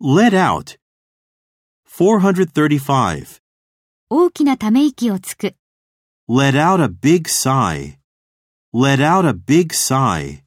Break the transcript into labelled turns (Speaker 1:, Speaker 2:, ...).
Speaker 1: Let out. 435.
Speaker 2: 大きなため息をつく。
Speaker 1: Let out a big sigh. Let out a big sigh.